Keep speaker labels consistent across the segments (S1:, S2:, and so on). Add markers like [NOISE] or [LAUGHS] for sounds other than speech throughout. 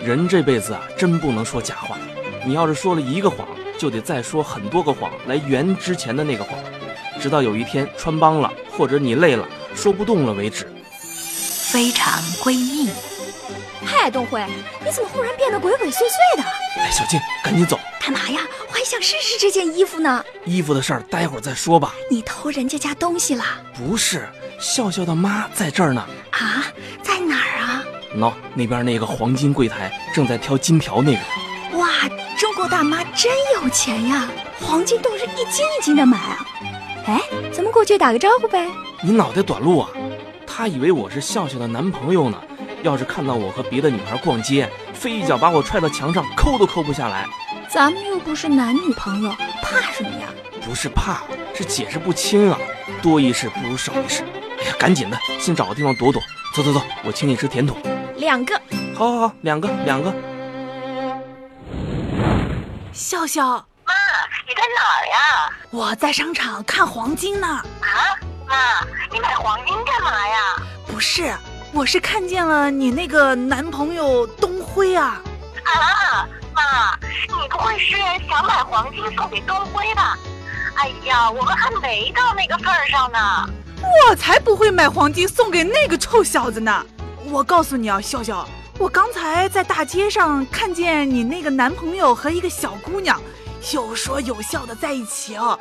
S1: 人这辈子啊，真不能说假话。你要是说了一个谎，就得再说很多个谎来圆之前的那个谎，直到有一天穿帮了，或者你累了，说不动了为止。
S2: 非常闺蜜，
S3: 嗨，东辉，你怎么忽然变得鬼鬼祟祟的？
S1: 哎，小静，赶紧走。
S3: 干嘛呀？我还想试试这件衣服呢。
S1: 衣服的事儿待会儿再说吧。
S3: 你偷人家家东西了？
S1: 不是，笑笑的妈在这儿呢。
S3: 啊，在哪儿啊？
S1: 喏、那边那个黄金柜台正在挑金条那个。
S3: 哇，中国大妈真有钱呀！黄金都是一斤一斤的买啊。哎，咱们过去打个招呼呗。
S1: 你脑袋短路啊？他以为我是笑笑的男朋友呢。要是看到我和别的女孩逛街，非一脚把我踹到墙上，抠都抠不下来。
S3: 咱们又不是男女朋友，怕什么呀？
S1: 不是怕，是解释不清啊。多一事不如少一事。哎呀，赶紧的，先找个地方躲躲。走走走，我请你吃甜筒。
S3: 两个，
S1: 好好好，两个两个。
S2: 笑笑，
S4: 你在哪儿呀？
S2: 我在商场看黄金呢。
S4: 妈，啊你买黄金干嘛呀？
S2: 不是，我是看见了你那个男朋友东辉啊。
S4: 啊，妈，你不会是想买黄金送给东辉吧？哎呀，我们还没到那个份儿上呢。
S2: 我啊才不会买黄金送给那个臭小子呢！我告诉你啊，笑笑，我刚才在大街上看见你那个男朋友和一个小姑娘有说有笑的在一起哦，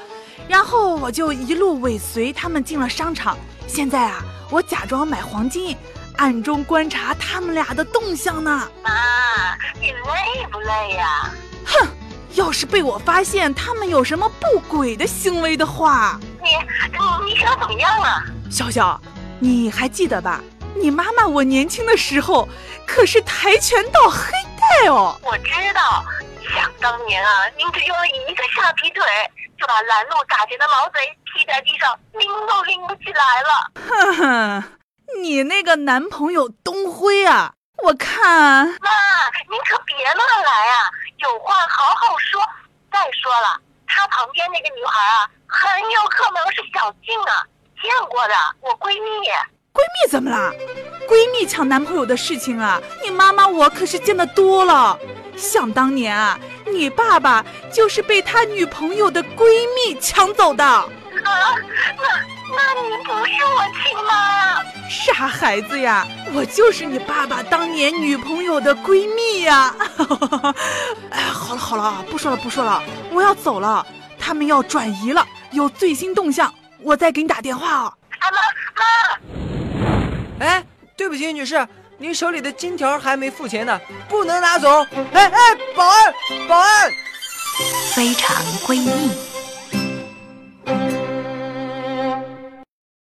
S2: 然后我就一路尾随他们进了商场。现在啊，我假装买黄金，暗中观察他们俩的动向呢。
S4: 妈，啊你累不累呀？
S2: 要是被我发现他们有什么不轨的行为的话，
S4: 你你想怎么样啊？
S2: 笑笑，你还记得吧？你妈妈我年轻的时候可是跆拳道黑带哦。
S4: 我知道，想当年啊，您只用了一个下劈腿，就把拦路打劫的毛贼踢在地上，拎都拎不起来了。
S2: 哼哼，你那个男朋友东辉啊，我看
S4: 妈，您可别乱来啊，有话好好说。再说了，他旁边那个女孩啊，很有可能是小静啊，见过的，我闺蜜。
S2: 蜜怎么啦？闺蜜抢男朋友的事情啊，你妈妈我可是见得多了。想当年啊，你爸爸就是被他女朋友的闺蜜抢走的。
S4: 啊，那那你不是我亲妈啊？
S2: 傻孩子呀，我就是你爸爸当年女朋友的闺蜜呀！ [LAUGHS] 哎，好了好了啊，不说了不说了，我要走了，他们要转移了，有最新动向，我再给你打电话啊。
S4: 啊妈妈，
S5: 哎，对不起，女士，您手里的金条还没付钱呢，不能拿走。哎哎，保安，保安。
S2: 非常闺蜜，